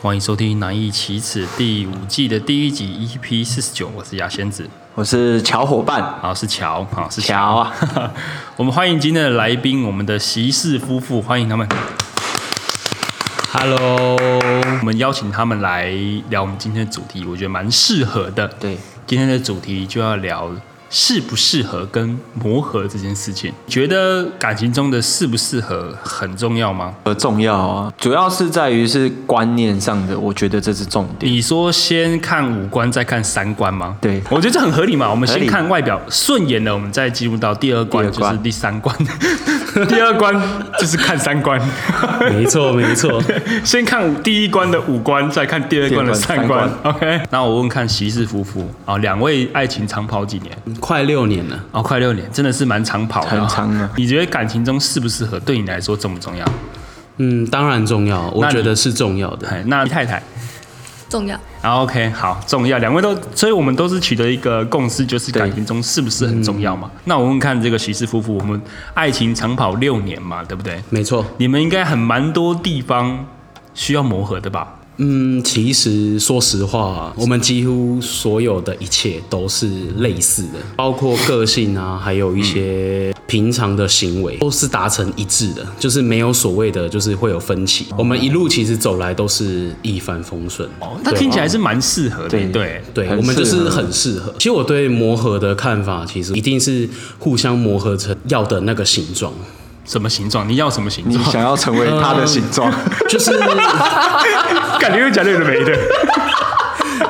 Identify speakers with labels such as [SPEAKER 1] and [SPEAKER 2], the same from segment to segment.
[SPEAKER 1] 欢迎收听《难易启齿》第五季的第一集 EP 四十九，我是牙仙子，
[SPEAKER 2] 我是小伙伴，
[SPEAKER 1] 好是乔，好是
[SPEAKER 2] 乔啊，
[SPEAKER 1] 我们欢迎今天的来宾，我们的席氏夫妇，欢迎他们。
[SPEAKER 3] Hello，
[SPEAKER 1] 我们邀请他们来聊我们今天的主题，我觉得蛮适合的。
[SPEAKER 2] 对，
[SPEAKER 1] 今天的主题就要聊适不适合跟磨合这件事情。觉得感情中的适不适合很重要吗？
[SPEAKER 2] 呃，重要啊，主要是在于是观念上的，我觉得这是重点。
[SPEAKER 1] 你说先看五官，再看三观吗？
[SPEAKER 2] 对
[SPEAKER 1] 我觉得这很合理嘛。我们
[SPEAKER 2] 合理
[SPEAKER 1] 先看外表顺眼了，我们再进入到第二关，
[SPEAKER 2] 第二关
[SPEAKER 1] 就是第三 关。第二关就是看三观，
[SPEAKER 3] 没错没错，
[SPEAKER 1] 先看第一关的五官，再看第二关的三观。
[SPEAKER 2] 第
[SPEAKER 1] OK，那我问看席氏夫妇啊，两位爱情长跑几年？
[SPEAKER 3] 快六年了。
[SPEAKER 1] 哦，快六年，真的是蛮长跑的哦，
[SPEAKER 2] 很长啊的
[SPEAKER 1] 你觉得感情中适不适合，对你来说重不重要？
[SPEAKER 3] 嗯，当然重要，我
[SPEAKER 1] 那你
[SPEAKER 3] 觉得是重要的。
[SPEAKER 1] 哎，那太太。
[SPEAKER 4] 重要。
[SPEAKER 1] 然后 OK，好，重要，两位都，所以我们都是取得一个共识，就是感情中是不是很重要嘛？那我问问看这个喜事夫妇，我们爱情长跑六年嘛，对不对？
[SPEAKER 3] 没错，
[SPEAKER 1] 你们应该很蛮多地方需要磨合的吧？
[SPEAKER 3] 嗯，其实说实话，我们几乎所有的一切都是类似的，包括个性啊，还有一些平常的行为，都是达成一致的，就是没有所谓的就是会有分歧。我们一路其实走来都是一帆风顺。
[SPEAKER 1] 哦，那听起来是蛮适合的，对
[SPEAKER 2] 对
[SPEAKER 1] 对
[SPEAKER 3] 对，
[SPEAKER 2] 很
[SPEAKER 3] 我们就
[SPEAKER 2] 适
[SPEAKER 3] 是
[SPEAKER 2] 合
[SPEAKER 3] 很适合。其实我对磨合的看法，其实一定是互相磨合成要的那个形状。
[SPEAKER 1] 什么形状？你要什么形
[SPEAKER 2] 你
[SPEAKER 1] 状？
[SPEAKER 2] 想要成为他的形 状，
[SPEAKER 3] 就是
[SPEAKER 1] 感觉又讲有的没的。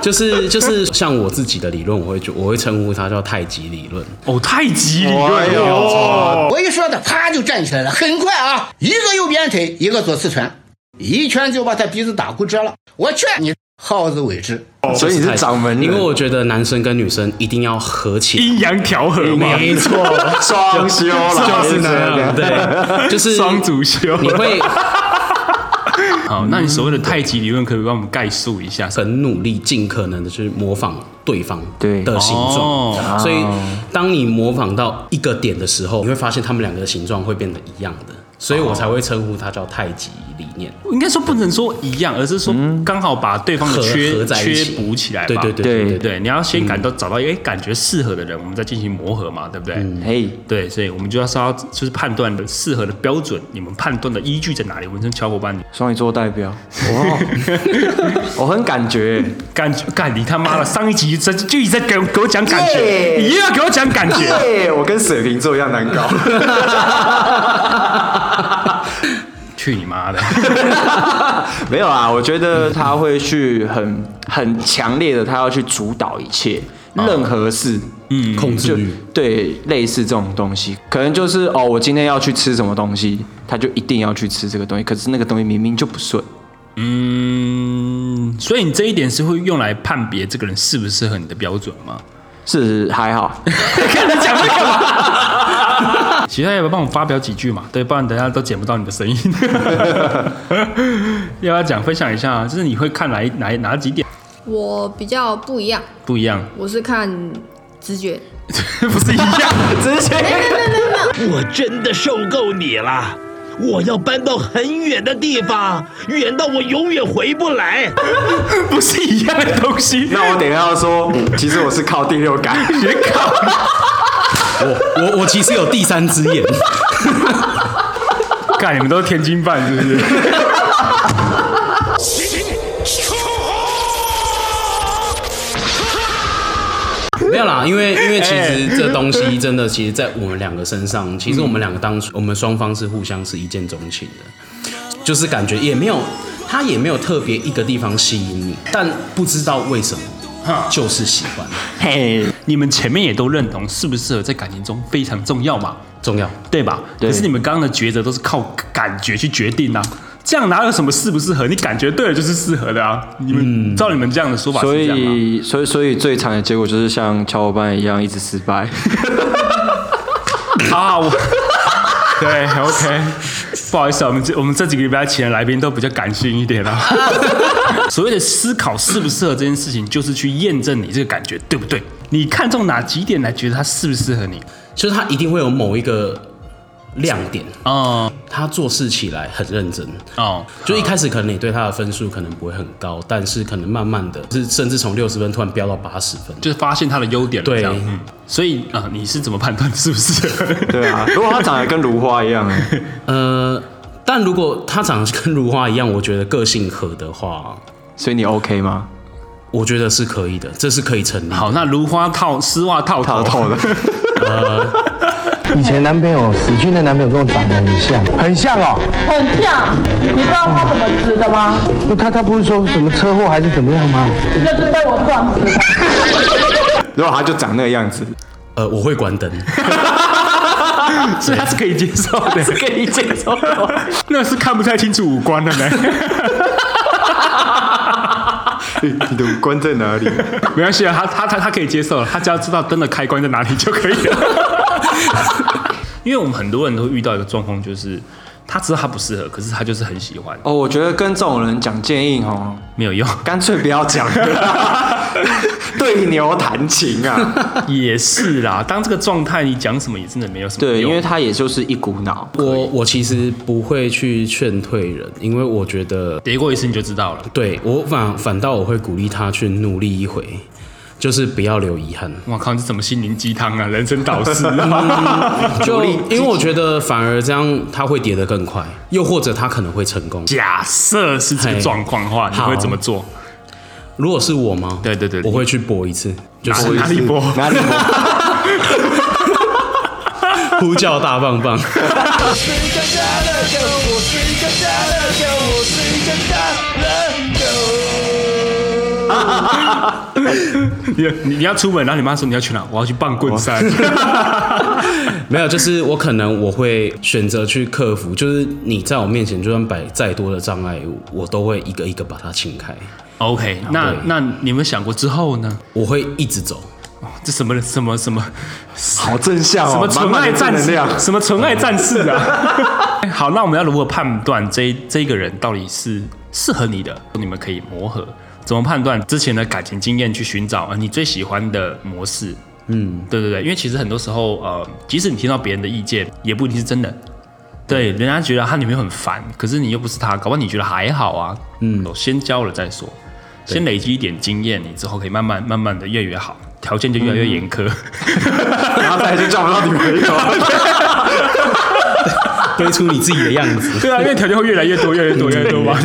[SPEAKER 3] 就是就是像我自己的理论，我会觉我会称呼它叫太极理论。
[SPEAKER 1] 哦，太极理
[SPEAKER 2] 哎
[SPEAKER 1] 论
[SPEAKER 2] 呦
[SPEAKER 1] 哦，
[SPEAKER 5] 我一说他，啪就站起来了，很快啊，一个右鞭腿，一个左刺拳，一拳就把他鼻子打骨折了。我劝你好自为之。
[SPEAKER 2] 所以你是掌 门人，
[SPEAKER 3] 因为我觉得男生跟女生一定要合起
[SPEAKER 1] 阴阳调和
[SPEAKER 3] 来，
[SPEAKER 1] 嘛，
[SPEAKER 3] 没错，
[SPEAKER 2] 双修啦，
[SPEAKER 3] 就是那样，对，就是
[SPEAKER 1] 双主修。
[SPEAKER 3] 你会
[SPEAKER 1] 好，那你所谓的太极理论，可不可以帮我们概述一下？
[SPEAKER 3] 很努力，尽可能的去模仿对方
[SPEAKER 2] 对
[SPEAKER 3] 的形
[SPEAKER 1] 哦
[SPEAKER 3] 状。所以，当你模仿到一个点的时候，你会发现他们两个的形状会变得一样的，所以我才会称呼它叫太极理
[SPEAKER 2] 哦
[SPEAKER 3] 念。
[SPEAKER 1] 应该说不能说一样，而是说刚好把对方的
[SPEAKER 3] 嗯合
[SPEAKER 1] 缺
[SPEAKER 3] 合在一
[SPEAKER 1] 缺
[SPEAKER 3] 起
[SPEAKER 1] 补起来吧。
[SPEAKER 3] 对对嗯对
[SPEAKER 2] 对
[SPEAKER 3] 对
[SPEAKER 1] 对
[SPEAKER 3] 对，
[SPEAKER 1] 你要先感到找到一个诶感觉适合的人，我们再进行磨合嘛，对不对？
[SPEAKER 3] 嗯
[SPEAKER 2] 嘿，
[SPEAKER 1] 对，所以我们就要稍就是判断的适合的标准，你们判断的依据在哪里？我们跟小伙伴，
[SPEAKER 2] 双鱼座代表，哇， 我很感觉，
[SPEAKER 1] 感觉干你他妈的上一集在就一直在给我给我讲 感觉，
[SPEAKER 2] 耶
[SPEAKER 1] 你又要给我讲感觉，
[SPEAKER 2] 耶，我跟水瓶座一样难 搞，
[SPEAKER 1] 去你妈的！
[SPEAKER 2] 没有啊，我觉得他会去很很强烈的，他要去主导一切，任何事，嗯，
[SPEAKER 3] 控制
[SPEAKER 2] 就
[SPEAKER 3] 欲。
[SPEAKER 2] 对类似这种东西，可能就是哦，我今天要去吃什么东西，他就一定要去吃这个东西，可是那个东西明明就不顺，
[SPEAKER 1] 嗯，所以你这一点是会用来判别这个人适不适合你的标准吗？
[SPEAKER 2] 是还好，
[SPEAKER 1] 看你讲这干嘛？其他要不要帮我发表几句嘛？对，不然等下都剪不到你的声音。 要不要讲分享一下啊？就是你会看哪一哪一哪几点
[SPEAKER 4] 我比较不一样，
[SPEAKER 1] 不一样？
[SPEAKER 4] 我是看直觉。
[SPEAKER 1] 不是一样，
[SPEAKER 2] 直接
[SPEAKER 6] 我真的受够你了，我要搬到很远的地方，远到我永远回不来。
[SPEAKER 1] 不 是一样的东西。
[SPEAKER 2] 那我等一下要说，其实我是靠第六 感，
[SPEAKER 3] 我我我其实有第三只眼，
[SPEAKER 1] 看你们都是天津饭是不是？
[SPEAKER 3] 没有啦，因为因为其实这东西 真的，其实，在我们两个身上，其实我们两个当初我们双方是互相是一见钟情的，就是感觉也没有他也没有特别一个地方吸引你，但不知道为什么就是喜欢，
[SPEAKER 2] 嘿，
[SPEAKER 1] 你们前面也都认同适不适合在感情中非常重要嘛，
[SPEAKER 3] 重要。
[SPEAKER 1] 对吧？
[SPEAKER 2] 对
[SPEAKER 1] 可是你们刚刚的抉择都是靠感觉去决定啊。这样哪有什么适不适合？你感觉对了就是适合的啊！你们、照你们这样的说法是
[SPEAKER 2] 所
[SPEAKER 1] 这样吗？
[SPEAKER 2] 以所以所以最惨的结果就是像小伙伴一样一直失败，
[SPEAKER 1] 啊，我对，OK，不好意思啊，我们这我们这几个礼拜请的来宾都比较感性一点啊。 所谓的思考适不适合这件事情，就是去验证你这个感觉对不对？你看中哪几点来觉得它适不适合你？
[SPEAKER 3] 就是他一定会有某一个亮点，
[SPEAKER 1] 哦
[SPEAKER 3] 他做事起来很认真。
[SPEAKER 1] 哦，
[SPEAKER 3] 就一开始可能你对他的分数可能不会很高，但是可能慢慢的，是甚至从六十分突然飙到八十分。
[SPEAKER 1] 就是发现他的优点了，
[SPEAKER 3] 对
[SPEAKER 1] 这样嗯所以啊、你是怎么判断是不是？
[SPEAKER 2] 对啊，如果他长得跟如花一样，
[SPEAKER 3] 呃，但如果他长得跟如花一样，我觉得个性合的话，
[SPEAKER 2] 所以你 OK 吗？
[SPEAKER 3] 我觉得是可以的，这是可以成立的。
[SPEAKER 1] 好，那如花套丝袜套
[SPEAKER 2] 套 透的，
[SPEAKER 7] 以前男朋友死去那男朋友跟我长得很像，很像哦。
[SPEAKER 8] 很像，你知道他怎么死的吗？
[SPEAKER 7] 那他他不是说什么车祸还是怎么样吗？
[SPEAKER 8] 就是被我撞死的。
[SPEAKER 2] 如果他就长那个样 子，
[SPEAKER 3] 呃，我会关灯。
[SPEAKER 1] 所以他是可以接受的，是可以接受的。 那是看不太清楚五官的呢，
[SPEAKER 2] 你你的五官在哪里？
[SPEAKER 1] 没关系啊，他他他他可以接受了，他只要知道灯的开关在哪里就可以了。 因为我们很多人都会遇到一个状况，就是他知道他不适合，可是他就是很喜欢，
[SPEAKER 2] 哦，我觉得跟这种人讲建议哦，
[SPEAKER 1] 没 有用。
[SPEAKER 2] 干脆不要讲了， 对牛弹琴啊。
[SPEAKER 1] 也是啦，当这个状态你讲什么也真的没有什么用。
[SPEAKER 2] 对，因为他也就是一股脑。
[SPEAKER 3] 我我其实不会去劝退人，因为我觉得
[SPEAKER 1] 叠过一次你就知道了。
[SPEAKER 3] 对我反反倒我会鼓励他去努力一回，就是不要留遗憾。
[SPEAKER 1] 我靠，你怎么心灵鸡汤啊？人生导 师、啊
[SPEAKER 3] 就因为我觉得反而这样他会跌得更快，又或者他可能会成功。
[SPEAKER 1] 假设是这个状况的话，你
[SPEAKER 3] 好
[SPEAKER 1] 会怎么做？
[SPEAKER 3] 如果是我吗？
[SPEAKER 1] 对对对
[SPEAKER 3] 我会去搏一次，就是
[SPEAKER 1] 哪里播？
[SPEAKER 2] 哪里？
[SPEAKER 3] 呼叫大棒棒。
[SPEAKER 1] 你你你要出门，然后你妈说你要去哪？我要去棒棍 山。
[SPEAKER 3] 没有，就是我可能我会选择去克服，就是你在我面前就算摆再多的障碍物，我都会一个一个把它清开，
[SPEAKER 1] OK，那那你有没有想过之后呢？
[SPEAKER 3] 我会一直走。
[SPEAKER 1] 这什么什么什么
[SPEAKER 2] 好正向哦，
[SPEAKER 1] 什么纯
[SPEAKER 2] 满满
[SPEAKER 1] 爱
[SPEAKER 2] 的正
[SPEAKER 1] 战
[SPEAKER 2] 能
[SPEAKER 1] 士
[SPEAKER 2] 量？。
[SPEAKER 1] 什么纯爱战士啊？ 好，那我们要如何判断这一这一个人到底是适合你的？你们可以磨合，怎么判断之前的感情经验去寻找呃你最喜欢的模式？嗯，对对对，因为其实很多时候，呃，即使你听到别人的意见，也不一定是真的。
[SPEAKER 2] 嗯
[SPEAKER 1] 对，人家觉得他女朋友很烦，可是你又不是他，搞不好你觉得还好啊。嗯，先交了再说，先累积一点经验，你之后可以慢慢慢慢的越来越好，条件就越来
[SPEAKER 2] 嗯
[SPEAKER 1] 越严苛。
[SPEAKER 2] 然后再来就交不到女朋友。
[SPEAKER 3] 堆出你自己的样子。
[SPEAKER 1] 对啊，因为条件会越来越多，越来越多，越来越多嘛。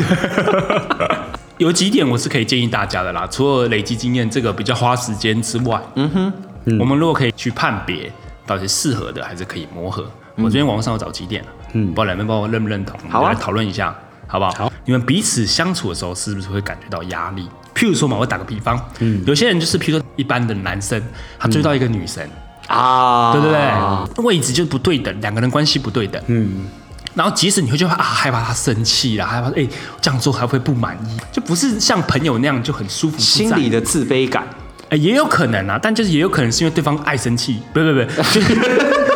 [SPEAKER 1] 有几点我是可以建议大家的啦，除了累积经验这个比较花时间之外，嗯哼，我们如果可以去判别到底是适合的还是可以磨合。我这边网上有找几点了，嗯，不知道你们帮我认不认同？
[SPEAKER 2] 好啊
[SPEAKER 1] 我们来讨论一下，好不好？好，你们彼此相处的时候是不是会感觉到压力？譬如说嘛，我打个比方，嗯，有些人就是譬如说一般的男生，他追到一个女生，
[SPEAKER 2] 啊，
[SPEAKER 1] 对不对？位置就不对等，两个人关系不对等。嗯。然后即使你会觉得啊害怕他生气啦，害怕哎、这样做还会不满意，就不是像朋友那样就很舒服自
[SPEAKER 2] 心
[SPEAKER 1] 在。
[SPEAKER 2] 里的自卑感。
[SPEAKER 1] 哎也有可能啊，但就是也有可能是因为对方爱生气，不不不，就是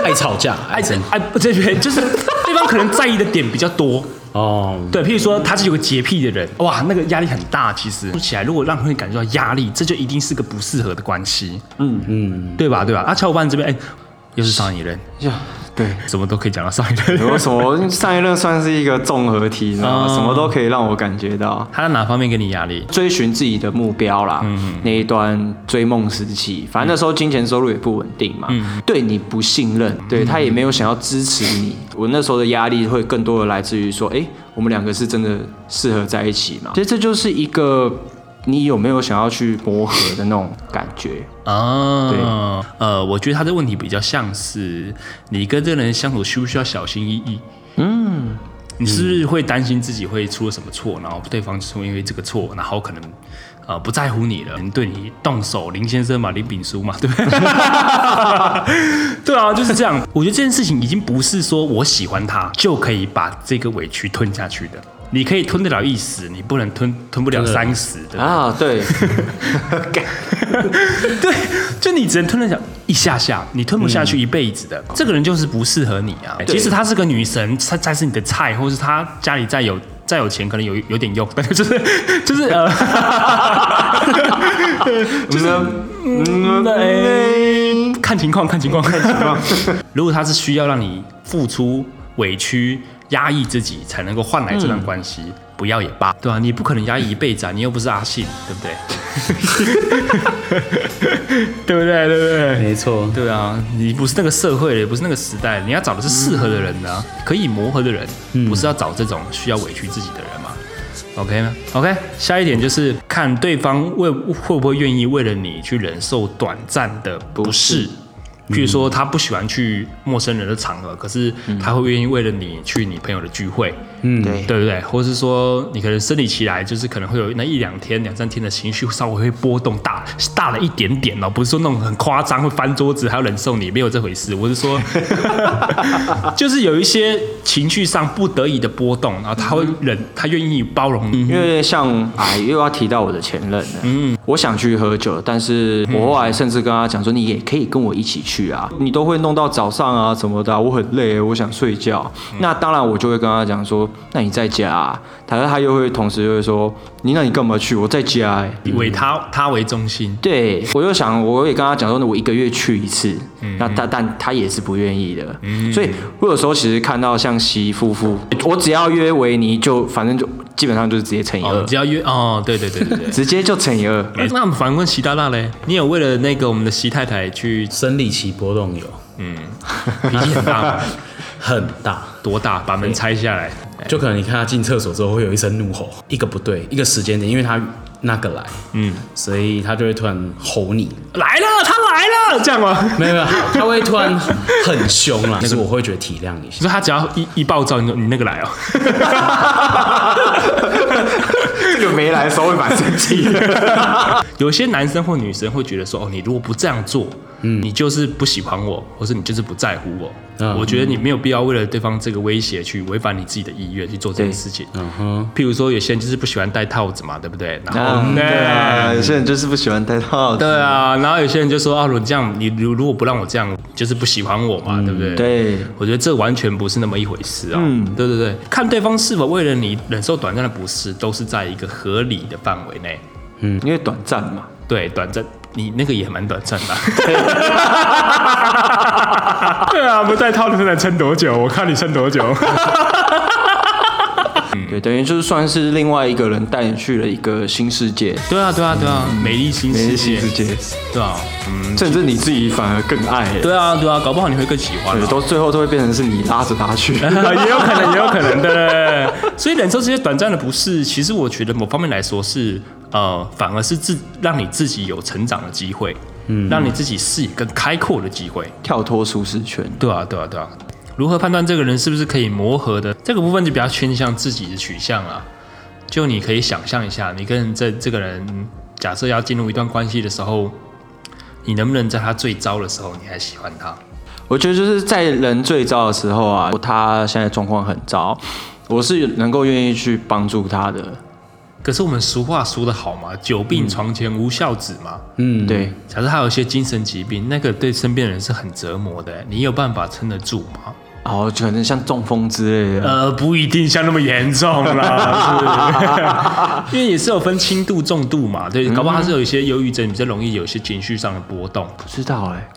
[SPEAKER 3] 爱吵架，
[SPEAKER 1] 爱
[SPEAKER 3] 爱
[SPEAKER 1] 生
[SPEAKER 3] 争
[SPEAKER 1] 哎不对对，就是对方可能在意的点比较多。
[SPEAKER 3] 哦，
[SPEAKER 1] 对，譬如说他是有个洁癖的人，哇，那个压力很大。其实说起来，如果让人感觉到压力，这就一定是个不适合的关系。嗯嗯，对吧？对吧？啊，小伙伴这边，哎，又是上一任，
[SPEAKER 2] 呀，对，
[SPEAKER 1] 什么都可以讲到上一任。
[SPEAKER 2] 为什么上一任算是一个综合体，你知道吗？
[SPEAKER 1] 哦
[SPEAKER 2] 什么都可以让我感觉到。
[SPEAKER 1] 他在哪方面给你压力？
[SPEAKER 2] 追寻自己的目标啦，那一段追梦时期，反正那时候金钱收入也不稳定嘛，对你不信任，对他也没有想要支持你。我那时候的压力会更多的来自于说，哎、我们两个是真的适合在一起嘛？其实这就是一个你有没有想要去磨合的那种感觉。
[SPEAKER 1] 哦，呃，我觉得他的问题比较像是你跟这个人相处需不需要小心翼翼？嗯，你是不是会担心自己会出了什么错，然后对方就是会因为这个错，然后可能呃不在乎你了，可能对你动手？林先生嘛，林炳书嘛，对不对？对啊，就是这样。我觉得这件事情已经不是说我喜欢他就可以把这个委屈吞下去的。你可以吞得了一时，你不能吞吞不了三十，对吧？
[SPEAKER 2] 啊，对，
[SPEAKER 1] 对，就你只能吞得下一下下，你吞不下去一辈子的。哎这个人就是不适合你啊。即使她是个女神，她才是你的菜，或是她家里再有再有钱可能有有点用，但是 就是就是呃，就是嗯，哎看情况，看情况，看情况。 如果他是需要让你付出委屈、压抑自己才能够换来这段关系，不要也罢，嗯对吧、啊你不可能压抑一辈子啊，你又不是阿信，对不 对？对不对？对不对？
[SPEAKER 3] 没错，
[SPEAKER 1] 对啊，你不是那个社会的，也不是那个时代的，你要找的是适合的人的啊、可以磨合的人，不是要找这种需要委屈自己的人嘛。OK 吗？OK，下一点就是看对方为会不会愿意为了你去忍受短暂的不适。譬如说，他不喜欢去陌生人的场合，可是他会愿意为了你去你朋友的聚会，
[SPEAKER 3] 嗯，
[SPEAKER 2] 对
[SPEAKER 1] 对不对？或是说，你可能生理期来，就是可能会有那一两天、两三天的情绪稍微会波动大大了一点点哦，不是说那种很夸张会翻桌子还要忍受你，没有这回事。我是说， 就是有一些情绪上不得已的波动，然后他会忍，他愿意包容你。
[SPEAKER 2] 因为像啊，又要提到我的前任了。嗯，我想去喝酒，但是我后来甚至跟他讲说，你也可以跟我一起去啊，你都会弄到早上啊什么的啊、我很累，我想睡觉。那当然，我就会跟他讲说，那你在家、啊。但是他又会同时又会说，你那你干嘛去？我在家、欸。
[SPEAKER 1] 以为他他为中心，
[SPEAKER 2] 对，我就想，我也跟他讲说，我一个月去一次，那他但他也是不愿意的，所以我有时候其实看到像西夫妇，我只要约维尼就，反正就基本上就是直接乘以二、
[SPEAKER 1] 哦，只要约哦，对对对对对。
[SPEAKER 2] 直接就乘以二。
[SPEAKER 1] 那那我们反问习大大嘞，你有为了那个我们的习太太去
[SPEAKER 3] 生理期波动有
[SPEAKER 1] 脾气很大吗，
[SPEAKER 3] 很大，
[SPEAKER 1] 多大？把门拆下来，
[SPEAKER 3] 就可能你看他进厕所之后会有一声怒吼，一个不对，一个时间点，因为他那个来，嗯，所以他就会突然吼你，
[SPEAKER 1] 来了，他来了，这样吗？
[SPEAKER 3] 没有没有，他他会突然很凶啦，所以我会觉得体谅一
[SPEAKER 1] 你
[SPEAKER 3] 下。
[SPEAKER 1] 说他只要一一暴躁，你说你那个来哦，
[SPEAKER 2] 这个没来的时候会蛮生气的。
[SPEAKER 1] 有些男生或女生会觉得说，哦，你如果不这样做，你就是不喜欢我，或是你就是不在乎我。
[SPEAKER 3] 嗯
[SPEAKER 1] 我觉得你没有必要为了对方这个威胁去违反你自己的意愿去做这件事情。嗯哼，譬如说有些人就是不喜欢戴套子嘛，对不对？然后、
[SPEAKER 2] 嗯，对啊，有些人就是不喜欢戴套子。
[SPEAKER 1] 对啊，然后有些人就说啊，如果这样，你如如果不让我这样，就是不喜欢我嘛，对嗯不对？
[SPEAKER 2] 对
[SPEAKER 1] 我觉得这完全不是那么一回事啊。嗯，对对对，看对方是否为了你忍受短暂的不适，都是在一个合理的范围内。
[SPEAKER 2] 嗯因为短暂嘛。
[SPEAKER 1] 对，短暂，你那个也蛮短暂的、对啊，不戴套的能撑多久？我看你撑多久。
[SPEAKER 2] 对，等于就是算是另外一个人带你去了一个新世界，
[SPEAKER 1] 对啊，对啊，对啊，美丽新
[SPEAKER 2] 美
[SPEAKER 1] 世
[SPEAKER 2] 丽新
[SPEAKER 1] 界
[SPEAKER 2] 世，界，
[SPEAKER 1] 对啊，嗯，
[SPEAKER 2] 甚至你自己反而更爱耶。
[SPEAKER 1] 对啊，对啊，搞不好你会更喜欢、啊
[SPEAKER 2] 对，。都最后都会变成是你拉着他去。
[SPEAKER 1] 也有可能，也有可能，对对对。 所以忍受这些短暂的不适，其实我觉得某方面来说是，呃，反而是自让你自己有成长的机会，嗯，让你自己视野更开阔的机会。
[SPEAKER 2] 跳脱舒适圈，
[SPEAKER 1] 对啊，对啊，对啊。如何判断这个人是不是可以磨合的？这个部分就比较偏向自己的取向啊。就你可以想象一下，你跟这这个人，假设要进入一段关系的时候，你能不能在他最糟的时候，你还喜欢他？
[SPEAKER 2] 我觉得就是在人最糟的时候啊，他现在状况很糟，我是能够愿意去帮助他的。
[SPEAKER 1] 可是我们俗话说得好嘛，“久病床前无孝子”嘛，
[SPEAKER 3] 嗯，
[SPEAKER 2] 对，
[SPEAKER 1] 假设他有一些精神疾病，那个对身边的人是很折磨的，你有办法撑得住吗？
[SPEAKER 2] 然后可能像中风之类的。
[SPEAKER 1] 呃，不一定像那么严重 啦，是嗯因为也是有分轻度、重度嘛，对，搞不好他是有一些忧郁症，比较容易有一些情绪上的波动。
[SPEAKER 2] 不知道哎、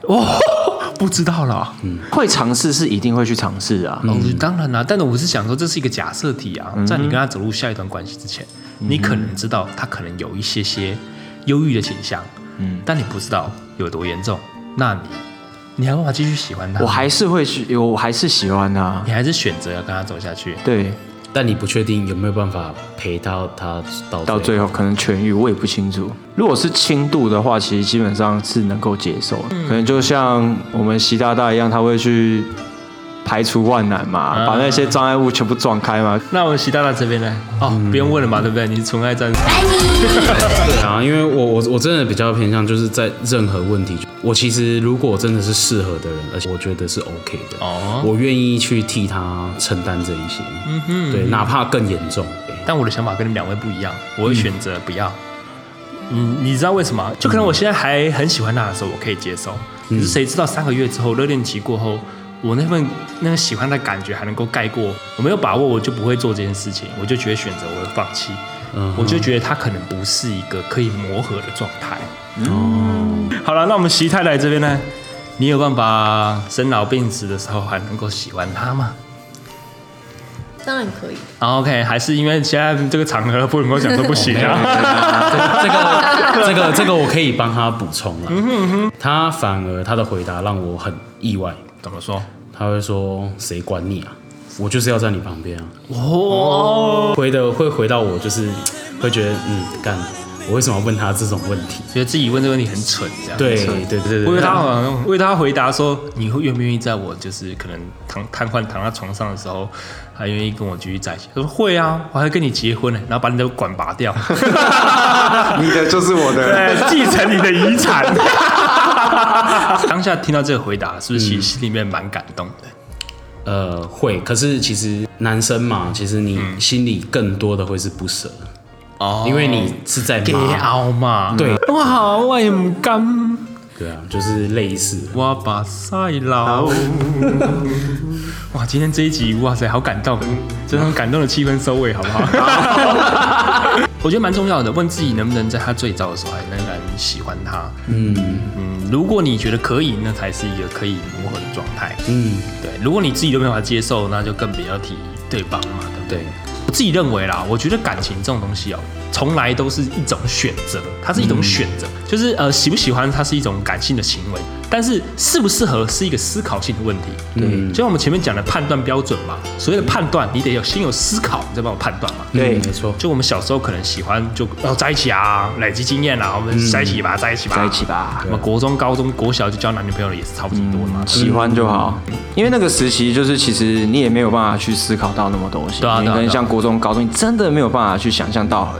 [SPEAKER 1] 不知道啦，
[SPEAKER 2] 会尝试是一定会去尝试啊。
[SPEAKER 1] 哦，当然啦，但是我是想说，这是一个假设题啊，在你跟他走入下一段关系之前，你可能知道他可能有一些些忧郁的倾向，嗯，但你不知道有多严重，那你你还有办法继续喜欢他吗？
[SPEAKER 2] 我还是会去，我还是喜欢啊。
[SPEAKER 1] 你还是选择要跟他走下去。
[SPEAKER 2] 对，
[SPEAKER 3] 但你不确定有没有办法陪到他到
[SPEAKER 2] 到最
[SPEAKER 3] 后，
[SPEAKER 2] 后可能痊愈，我也不清楚。如果是轻度的话，其实基本上是能够接受的，
[SPEAKER 1] 嗯
[SPEAKER 2] 可能就像我们习大大一样，他会去排除万难嘛，
[SPEAKER 1] 啊
[SPEAKER 2] 把那些障碍物全部撞开嘛。
[SPEAKER 1] 那我们习大大这边呢？哦，不用问了嘛，对不对？你是纯爱战士，
[SPEAKER 3] 对啊，因为我我我真的比较偏向就是在任何问题，我其实如果真的是适合的人，而且我觉得是 OK 的，
[SPEAKER 1] 哦
[SPEAKER 3] 我愿意去替他承担这一些，嗯哼，对，哪怕更严重，对
[SPEAKER 1] 但我的想法跟你们两位不一样，我会选择不要。嗯，你知道为什么？就可能我现在还很喜欢他的时候，我可以接受。可是谁知道三个月之后，热恋期过后，我那份那个喜欢的感觉还能够盖过，我没有把握，我就不会做这件事情，我就觉得选择我会放弃，我就觉得它可能不是一个可以磨合的状态。好了，那我们习太太这边呢，你有办法生老病死的时候还能够喜欢他吗？
[SPEAKER 4] 当然可以。
[SPEAKER 1] 啊 OK，还是因为现在这个场合不能够讲说不行啊。
[SPEAKER 3] 这个这个这个我可以帮他补充
[SPEAKER 1] 嗯
[SPEAKER 3] 了。他反而他的回答让我很意外，
[SPEAKER 1] 怎么说？
[SPEAKER 3] 他会说：“谁管你啊？我就是要在你旁边啊。”
[SPEAKER 1] 哦，
[SPEAKER 3] 回的会回到我，就是会觉得嗯，干，我为什么要问他这种问题？
[SPEAKER 1] 觉得自己问这个问题很蠢，这样。
[SPEAKER 3] 对对对对
[SPEAKER 1] 为
[SPEAKER 3] 对，
[SPEAKER 1] 他好像为他回答说，你会愿不愿意在我就是可能躺瘫痪躺在床上的时候，还愿意跟我继续在一起？他说会啊，我还跟你结婚呢、然后把你的管拔 掉，
[SPEAKER 2] 你的就是我的，
[SPEAKER 1] 对，继承你的遗产。 当下听到这个回答，是不是其实心里面蛮感动的？
[SPEAKER 3] 呃，会。可是其实男生嘛，其实你心里更多的会是不舍，
[SPEAKER 1] 哦
[SPEAKER 3] 因为你是在
[SPEAKER 1] 给
[SPEAKER 3] 骂。
[SPEAKER 1] 熬哦嘛，
[SPEAKER 3] 对
[SPEAKER 1] 我好，我也不甘，
[SPEAKER 3] 对啊，就是类似。
[SPEAKER 1] 我把赛老。 哇，今天这一集，哇塞，好感动，这种感动的气氛收尾，好不 好？我觉得蛮重要的，问自己能不能在他最早的时候还仍然喜欢他。嗯嗯，如果你觉得可以，那才是一个可以磨合的状态。
[SPEAKER 3] 嗯，
[SPEAKER 1] 对，如果你自己都没办法接受，那就更不要提对方嘛，对不对？
[SPEAKER 3] 对
[SPEAKER 1] 我自己认为啦，我觉得感情这种东西哦、从来都是一种选择，它是一种选择，就是呃喜不喜欢，它是一种感性的行为，但是适不适合是一个思考性的问题。对，就像我们前面讲的判断标准嘛，所谓的判断，你得有先有思考，你再帮我判断嘛。
[SPEAKER 2] 对
[SPEAKER 3] 嗯没错。
[SPEAKER 1] 就我们小时候可能喜欢就要在一起啊，累积经验啊，我们在一起吧，在一起吧，
[SPEAKER 2] 在一起。吧嗯
[SPEAKER 1] 什，么国中、高中、国小就交男女朋友的也是差不多的嘛，
[SPEAKER 2] 喜欢就好。
[SPEAKER 1] 嗯
[SPEAKER 2] 因为那个时期就是其实你也没有办法去思考到那么多东西，
[SPEAKER 1] 对啊
[SPEAKER 2] 你
[SPEAKER 1] 对啊
[SPEAKER 2] 可能
[SPEAKER 1] 对啊
[SPEAKER 2] 像国中、高中，你真的没有办法去想象到。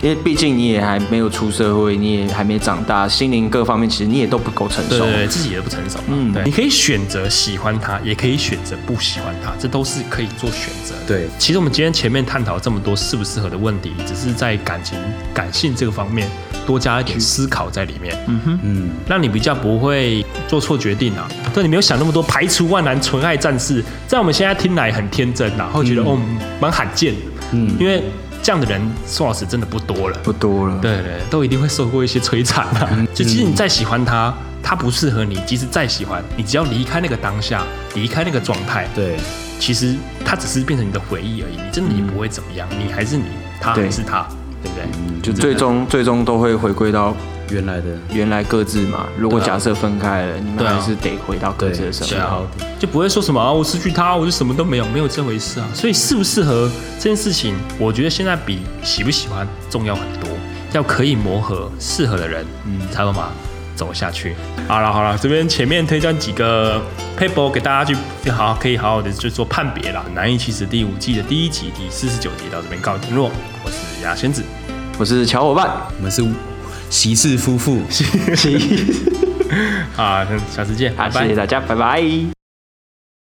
[SPEAKER 2] 因为毕竟你也还没有出社会，你也还没长大，心灵各方面其实你也都不够成
[SPEAKER 1] 对
[SPEAKER 2] 熟
[SPEAKER 1] 对。对，自己也不成熟嘛。
[SPEAKER 2] 嗯
[SPEAKER 1] 对，你可以选择喜欢他，也可以选择不喜欢他，这都是可以做选择的。
[SPEAKER 3] 对
[SPEAKER 1] 其实我们今天前面探讨这么多适不适合的问题，只是在感情、感性这个方面多加一点思考在里面，嗯哼，嗯，让你比较不会做错决定啊。对，你没有想那么多，排除万难，纯爱战士，在我们现在听来很天真啊，会觉得、哦，蛮罕见的，嗯，因为这样的人，宋老师真的不多了，
[SPEAKER 2] 不多了。
[SPEAKER 1] 对对，都一定会受过一些摧残啊。就即使你再喜欢他，他不适合你，即使再喜欢，你只要离开那个当下，离开那个状态，
[SPEAKER 3] 对，
[SPEAKER 1] 其实他只是变成你的回忆而已，你真的也不会怎么样，你还是你，他
[SPEAKER 2] 对
[SPEAKER 1] 还是他，嗯对不嗯对？
[SPEAKER 2] 就最终最终都会回归到
[SPEAKER 3] 原来的
[SPEAKER 2] 原来各自嘛。如果假设分开了，你们
[SPEAKER 1] 对啊
[SPEAKER 2] 还是得回到各自的生
[SPEAKER 1] 对
[SPEAKER 2] 活。
[SPEAKER 1] 啊，就不会说什么啊，我失去他，我就什么都没有，没有这回事啊。所以适不适合这件事情，我觉得现在比喜不喜欢重要很多，要可以磨合适合的人，嗯，才有办法走下去。好了好了，这边前面推荐几个 paper 给大家去好可以好好的去做判别啦。难易其实第五季的第一集第四十九集到这边告一段落，我是牙仙子，
[SPEAKER 2] 我是小伙伴，啊
[SPEAKER 3] 我们是席氏夫妇。
[SPEAKER 2] 谢谢
[SPEAKER 1] 啊，下次见，拜拜
[SPEAKER 2] 谢。谢大家，拜拜。